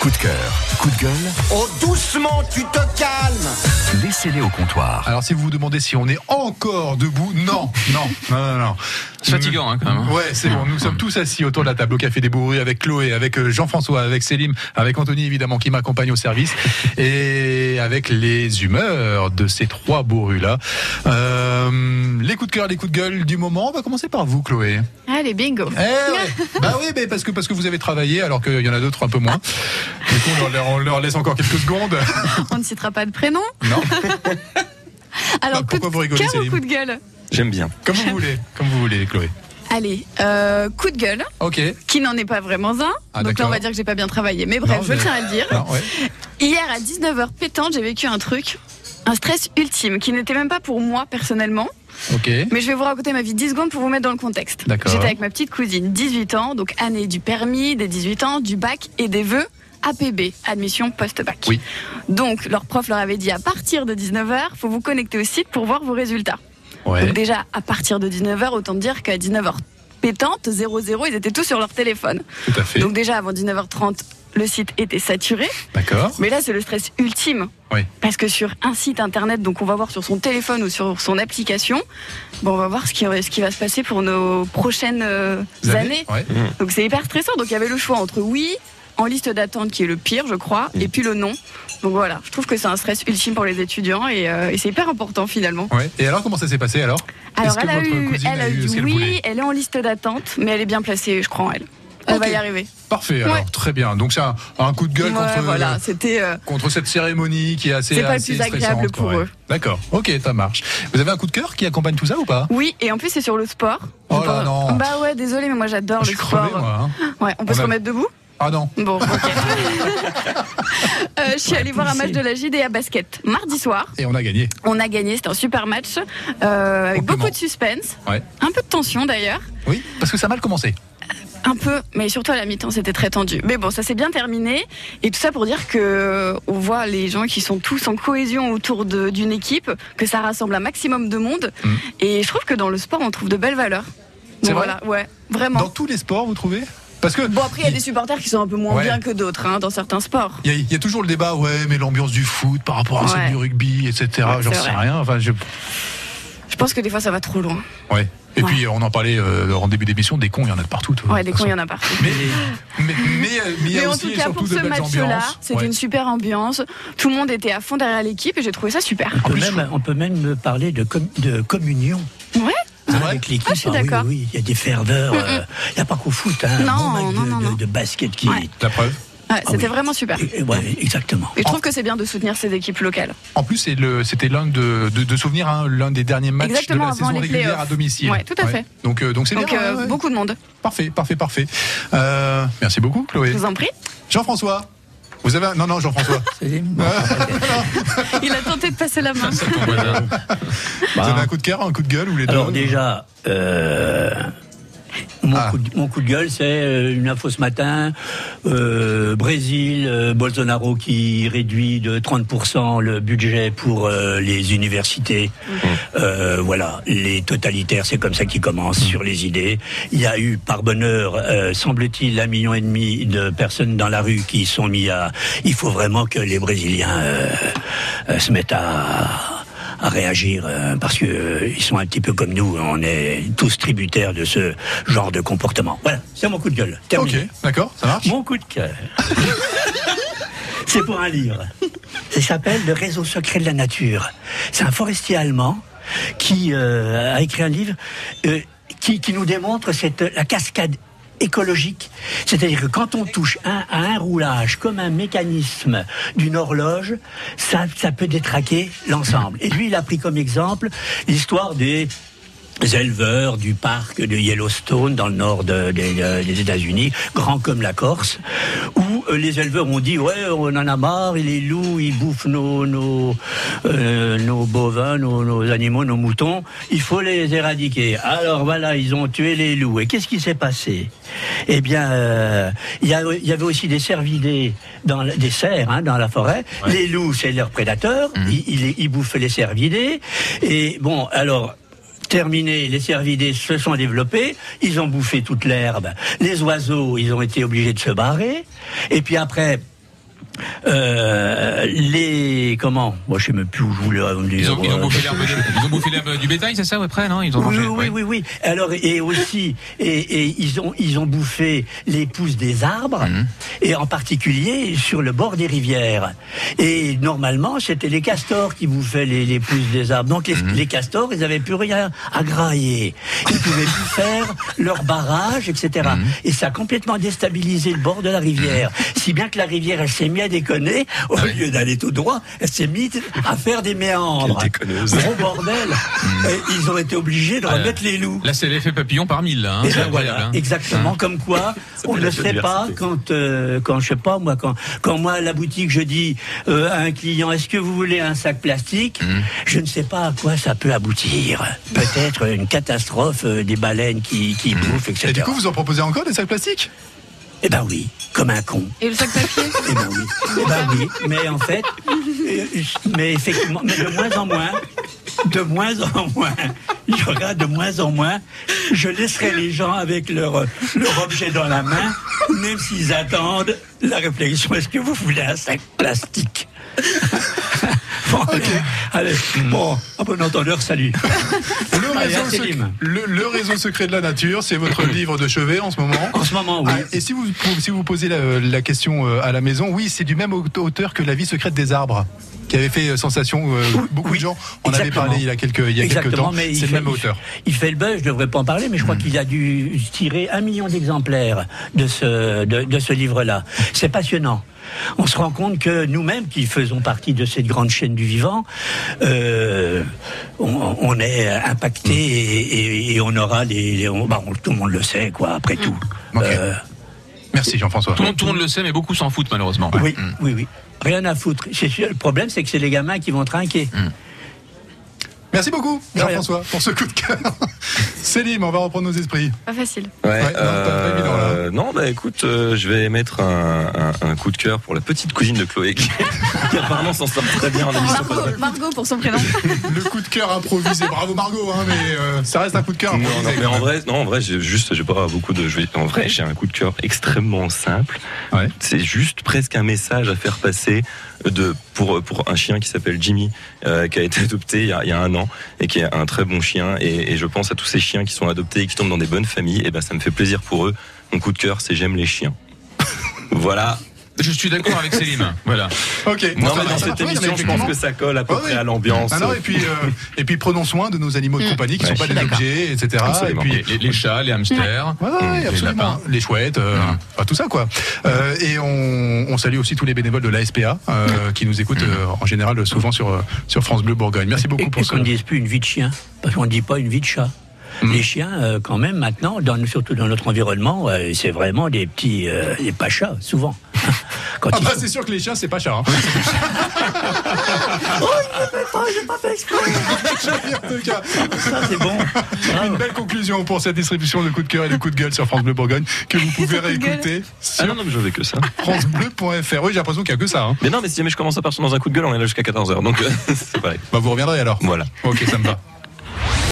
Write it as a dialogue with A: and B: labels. A: Coup de cœur, coup de gueule,
B: Oh doucement, tu te calmes
A: laissez-les au comptoir.
C: Alors si vous vous demandez si on est encore debout, non, non, non, non, non.
D: C'est fatigant, hein, quand même.
C: Ouais, c'est bon. Nous sommes tous assis autour de la table au Café des Bourrus avec Chloé, avec euh, Jean-François, avec Célim, avec Anthony évidemment qui m'accompagne au service et avec les humeurs de ces trois bourrus là. Euh, les coups de cœur, les coups de gueule du moment. On va commencer par vous, Chloé.
E: Allez, bingo.
C: Eh ouais. bah oui, mais parce que parce que vous avez travaillé alors qu'il y en a d'autres un peu moins. Du coup, on leur, on leur laisse encore quelques secondes.
E: On ne citera pas de prénom.
C: Non.
E: Alors,
C: Bah,
E: coup
C: pourquoi vous
E: de
C: rigolez,
E: cœur ou
C: Céline
E: coup de gueule
B: J'aime bien.
C: Comme vous voulez, comme vous voulez, Chloé.
E: Allez, euh, coup de gueule,
C: Ok.
E: qui n'en est pas vraiment un.
C: Ah,
E: Donc là, on
C: d'accord.
E: va dire que j'ai pas bien travaillé. Mais bref,
C: Non,
E: je
C: mais-
E: tiens à le dire.
C: Alors, ouais.
E: Hier, à 19h pétante, j'ai vécu un truc. Un stress ultime qui n'était même pas pour moi personnellement,
C: Ok.
E: mais je vais vous raconter ma vie 10 secondes pour vous mettre dans le contexte.
C: D'accord.
E: J'étais avec ma petite cousine, 18 ans, donc année du permis, des 18 ans, du bac et des vœux APB, admission post-bac.
C: Oui.
E: Donc leur prof leur avait dit à partir de 19h, faut vous connecter au site pour voir vos résultats.
C: Ouais.
E: Donc déjà, à partir de 19h, autant dire qu'à 19h pétante, 00, ils étaient tous sur leur téléphone.
C: Tout à fait.
E: Donc déjà, avant 19h30, le site était saturé.
C: D'accord.
E: Mais là, c'est le stress ultime.
C: Oui.
E: Parce que sur un site internet, donc on va voir sur son téléphone ou sur son application, bon, on va voir ce qui, ce qui va se passer pour nos prochaines euh,
C: Vous avez-
E: années.
C: Ouais.
E: Donc c'est hyper stressant. Donc il y avait le choix entre oui, en liste d'attente qui est le pire, je crois,
C: Mm.
E: et puis le non. Donc voilà, je trouve que c'est un stress ultime pour les étudiants et, euh, et c'est hyper important finalement.
C: Ouais. Et alors, comment ça s'est passé alors
E: Alors,
C: Est-ce que
E: elle a,
C: votre
E: eu,
C: cousine
E: elle a eu
C: ce qu'elle
E: oui,
C: voulait
E: elle est en liste d'attente, mais elle est bien placée, je crois en elle. Elle
C: Ok.
E: va y arriver.
C: Parfait,
E: Ouais.
C: alors très bien. Donc, c'est un, un coup de gueule
E: Ouais,
C: contre,
E: voilà, c'était. euh,
C: contre cette cérémonie qui est assez.
E: C'est pas le
C: assez
E: plus agréable
C: stressante,
E: pour
C: quoi, ouais.
E: eux.
C: D'accord, ok, ça marche. Vous avez un coup de cœur qui accompagne tout ça ou pas
E: Oui, et en plus, c'est sur le sport.
C: Oh
E: Je
C: là,
E: pense-
C: non.
E: Bah ouais, désolé, mais moi j'adore
C: Je suis
E: le
C: crevé,
E: sport.
C: moi. hein.
E: Ouais, on peut
C: On
E: se
C: a-
E: remettre debout
C: Ah non.
E: Bon, ok. Euh, je suis allée voir un match de la JDA basket mardi soir.
C: Et on a gagné.
E: On a gagné, c'était un super match, euh, avec
C: Autrement.
E: beaucoup de suspense,
C: Ouais.
E: un peu de tension d'ailleurs.
C: Oui, parce que ça a mal commencé.
E: Un peu, mais surtout à la mi-temps, c'était très tendu. Mais bon, ça s'est bien terminé. Et tout ça pour dire que euh, on voit les gens qui sont tous en cohésion autour de- d'une équipe, que ça rassemble un maximum de monde.
C: Mm.
E: Et je trouve que dans le sport, on trouve de belles valeurs.
C: C'est
E: Donc
C: vrai
E: voilà, ouais, vraiment.
C: Dans tous les sports, vous trouvez Parce que.
E: Bon, après, il y a des supporters qui sont un peu moins
C: Ouais.
E: bien que d'autres hein, dans certains sports.
C: Il y, a- il y a toujours le débat, ouais, mais l'ambiance du foot par rapport à celle
E: Ouais.
C: du rugby, etc.
E: Ouais,
C: J'en
E: c'est
C: sais
E: vrai.
C: rien. Enfin, je...
E: Je pense que des fois, ça va trop loin.
C: ouais. Et
E: Ouais.
C: puis, on en parlait euh, en début d'émission, des cons, il y en a de partout. de toute
E: Ouais, des
C: façon.
E: cons, il y en a partout.
C: Mais, mais, mais, euh, mais il y a
E: Mais en
C: aussi
E: tout
C: et
E: cas,
C: surtout
E: pour
C: de
E: ce
C: belles
E: match-là,
C: ambiances.
E: c'était
C: Ouais.
E: une super ambiance. Tout le monde était à fond derrière l'équipe et j'ai trouvé ça super.
C: En
F: On peut,
C: plus,
F: même, on peut même parler de, com- de communion hein,
E: Ouais,
C: C'est vrai
F: avec l'équipe.
E: Ah, je suis
F: oui,
E: d'accord. Mm,
F: oui, oui, il y a des ferveurs. euh, Il n'y a pas qu'au foot. Hein,
E: Non,
F: un bon match
E: non,
F: de,
E: non,
F: de-
E: non.
F: de basket qui. Ah
E: Ouais.
C: La preuve.
E: Ouais, c'était
F: oui.
E: vraiment super. Et
F: Et- et- ouais, exactement.
E: je trouve que c'est bien de soutenir ces équipes locales.
C: En plus, c'est le- c'était l'un de, de, de souvenirs, hein, l'un des derniers matchs
E: Exactement,
C: de la
E: avant
C: saison
E: les
C: régulière
E: playoffs.
C: à domicile.
E: Ouais, tout à fait.
C: Donc, euh, donc c'est bien.
E: Donc, euh,
C: ouais, ouais.
E: beaucoup de monde.
C: Parfait, parfait, parfait. Euh, merci beaucoup, Chloé.
E: Je vous en prie.
C: Jean-François, vous avez un... non, non, Jean-François,
E: Il a tenté de passer la main.
C: vous
F: Bah,
C: avez un coup de cœur, un coup de gueule ou les deux
F: alors, déjà. euh, mon,
C: Ah.
F: coup de, mon coup de gueule, c'est euh, une info ce matin. euh, Brésil, euh, Bolsonaro qui réduit de 30% le budget pour euh, les universités. Euh, voilà, les totalitaires, c'est comme ça qu'ils commencent sur les idées. Il y a eu, par bonheur, euh, semble-t-il, un million et demi de personnes dans la rue qui sont mis à. Il faut vraiment que les Brésiliens euh, euh, se mettent à à réagir euh, parce que euh, ils sont un petit peu comme nous, on est tous tributaires de ce genre de comportement. Voilà, c'est mon coup de gueule.
C: Ok,
F: Terminé.
C: d'accord, ça marche.
F: Mon coup de cœur. c'est pour un livre. Ça s'appelle Le réseau secret de la nature. C'est un forestier allemand qui euh, a écrit un livre euh, qui, qui nous démontre cette, la cascade écologique. C'est-à-dire que quand on touche un, à un roulage comme un mécanisme d'une horloge, ça, ça peut détraquer l'ensemble. Et lui, il a pris comme exemple l'histoire des éleveurs du parc de Yellowstone dans le nord de- des- euh, des États-Unis, grand comme la Corse, où euh, les éleveurs ont dit ouais on en a marre, et les loups ils bouffent nos nos, euh, nos bovins, nos, nos animaux, nos moutons, il faut les éradiquer. Alors voilà ils ont tué les loups et qu'est-ce qui s'est passé Eh bien euh, il y, a- il y avait aussi des cervidés dans la- des cerfs hein, dans la forêt. Les loups c'est leur prédateur, ils, ils- ils bouffent les cervidés et bon alors terminé, les cervidés se sont développés, ils ont bouffé toute l'herbe, les oiseaux, ils ont été obligés de se barrer, et puis après, euh, les comment Moi, je sais même plus où je voulais en
D: Ils
F: venir.
D: ont, ils ont
F: Euh,
D: bouffé l'herbe, ils ont bouffé l'herbe du bétail, c'est ça, ou après, non Ils ont
F: oui,
D: mangé.
F: oui,
D: ouais.
F: oui, oui. Alors et aussi, et, et ils ont ils ont bouffé les pousses des arbres
D: Mhm.
F: et en particulier sur le bord des rivières. Et normalement, c'était les castors qui bouffaient les, les pousses des arbres. Donc les,
D: Mhm.
F: les castors, ils avaient plus rien à grailler. Ils pouvaient plus faire leur barrage, etc. Et ça a complètement déstabilisé le bord de la rivière, si bien que la rivière, elle s'est mise à déconner au lieu d'aller tout droit, elle s'est mise à faire des méandres.
B: Quelle déconneuse.
F: Gros bordel. Et ils ont été obligés de
D: Ah,
F: remettre les loups.
D: Là, c'est l'effet papillon par mille, là. hein.
F: Et
D: C'est
F: ben voilà,
D: incroyable. hein.
F: exactement. Comme quoi, on ne
B: la
F: le sait pas
B: biodiversité.
F: quand, euh, quand je sais pas moi, quand, quand moi à la boutique je dis euh, à un client, est-ce que vous voulez un sac plastique Je ne sais pas à quoi ça peut aboutir. Peut-être une catastrophe, euh, des baleines qui, qui bouffent, etc.
C: Et du coup, vous en proposez encore des sacs plastiques
F: Eh ben oui, comme un con.
E: Et le sac papier
F: Eh ben oui, Eh ben oui. Mais en fait, euh, mais effectivement, mais de moins en moins, de moins en moins, il y aura de moins en moins. Je laisserai les gens avec leur, leur objet dans la main, même s'ils attendent la réflexion. Est-ce que vous voulez un sac plastique Bon, allez, bon, à bon entendeur, salut.
C: le
F: Allez,
C: réseau,
F: assez
C: sec-
F: libre.
C: le- le réseau secret de la nature, c'est votre livre de chevet en ce moment.
F: En ce moment, oui.
C: Ah, et si vous, si vous posez la, la question euh, à la maison, oui, c'est du même aute- auteur que La vie secrète des arbres, qui avait fait euh, sensation. euh, beaucoup
F: oui,
C: de gens en avaient
F: exactement.
C: parlé il y a quelques, il y a quelques
F: Exactement,
C: temps.
F: mais il
C: C'est le
F: fait-
C: même
F: il-
C: auteur. Hmm.
F: Il fait le buzz, je devrais pas en parler, mais je crois qu'il a dû tirer un million d'exemplaires de ce, de, de ce livre-là. C'est passionnant. On se rend compte que nous-mêmes, qui faisons partie de cette grande chaîne du vivant, euh, on, on est
C: Hmm.
F: impacté et, et- et on aura les, les- on- bah, on- tout le monde le sait, quoi. Après tout.
C: Hmm. Ok.
F: Euh,
C: Merci Jean-François.
D: Tout le monde, tout le monde le sait, mais beaucoup s'en foutent, malheureusement.
F: oui,
C: Hmm.
F: oui, oui. Rien à foutre. C'est sûr, le problème, c'est que c'est les gamins qui vont trinquer.
C: Merci beaucoup
F: De rien.
C: Jean-François pour ce coup de cœur. Célim, on va reprendre nos esprits.
E: Pas facile.
C: Ouais, non, t'as pas mis dans la-
B: non, bah écoute, euh, je vais mettre un, un- un coup de cœur pour la petite cousine de Chloé qui, qui apparemment s'en sort très bien en émission.
E: Margot, Margot pour son prénom.
C: Le coup de cœur improvisé. Bravo Margot, hein, mais euh, ça reste un coup de cœur
B: Non,
C: improvisé.
B: non, mais en vrai, non, en vrai, j'ai juste, j'ai pas beaucoup de, je vais- en vrai, j'ai un coup de cœur extrêmement simple.
C: Ouais.
B: C'est juste presque un message à faire passer de, pour, pour un chien qui s'appelle Jimmy, euh, qui a été adopté il y a, il y a un an et qui est un très bon chien. Et, et je pense à tous ces chiens qui sont adoptés et qui tombent dans des bonnes familles. Et ben, ça me fait plaisir pour eux. Mon coup de cœur, c'est j'aime les chiens. voilà.
D: Je suis d'accord avec Célim. Voilà.
C: Ok.
B: Non,
C: Ça va,
B: mais
C: ça
B: dans
C: va.
B: cette
C: Ouais, non, mais
B: émission, je pense
C: effectivement.
B: que ça colle à peu
C: Ouais,
B: près
C: oui.
B: à l'ambiance.
C: Ah non, et puis euh, et puis prenons soin de nos animaux de compagnie qui
B: Ouais,
C: ne sont
B: je
C: pas
B: suis
C: des objets, etc.
B: Absolument.
C: Et puis
D: Les, les- les chats, les hamsters.
C: Ouais, ouais,
B: les
C: absolument.
D: lapins.
C: Les chouettes, euh, enfin, tout ça quoi. Euh, et on, on salue aussi tous les bénévoles de l'ASPA euh, qui nous écoutent euh, en général souvent sur, euh, sur France Bleu Bourgogne. Merci
F: Et,
C: beaucoup
F: et
C: pour ça.
F: qu'on ne dise plus une vie de chien, parce qu'on ne dit pas une vie de chat.
C: Hmm.
F: Les chiens, euh, quand même, maintenant, dans- surtout dans notre environnement, euh, c'est vraiment des petits, euh, des pachas, souvent. Quand
C: Ah
F: ils
C: bah
F: sont-
C: c'est sûr que les chiens c'est pas cher. hein.
F: Oh,
C: En tout cas,
F: ça, c'est bon.
C: Une belle conclusion pour cette distribution de coups de cœur et de coups de gueule sur France Bleu Bourgogne que vous pouvez
E: Coup de gueule.
C: réécouter
B: Ah
C: sur
B: non, non, mais je veux que ça.
C: francebleu.fr. Oui, j'ai l'impression qu'il n'y a que ça. hein.
B: Mais non, mais si jamais je commence à partir dans un coup de gueule, on est là jusqu'à 14h. Donc, euh, c'est pareil.
C: Bah, vous reviendrez alors.
B: Voilà.
C: Ok, ça me va.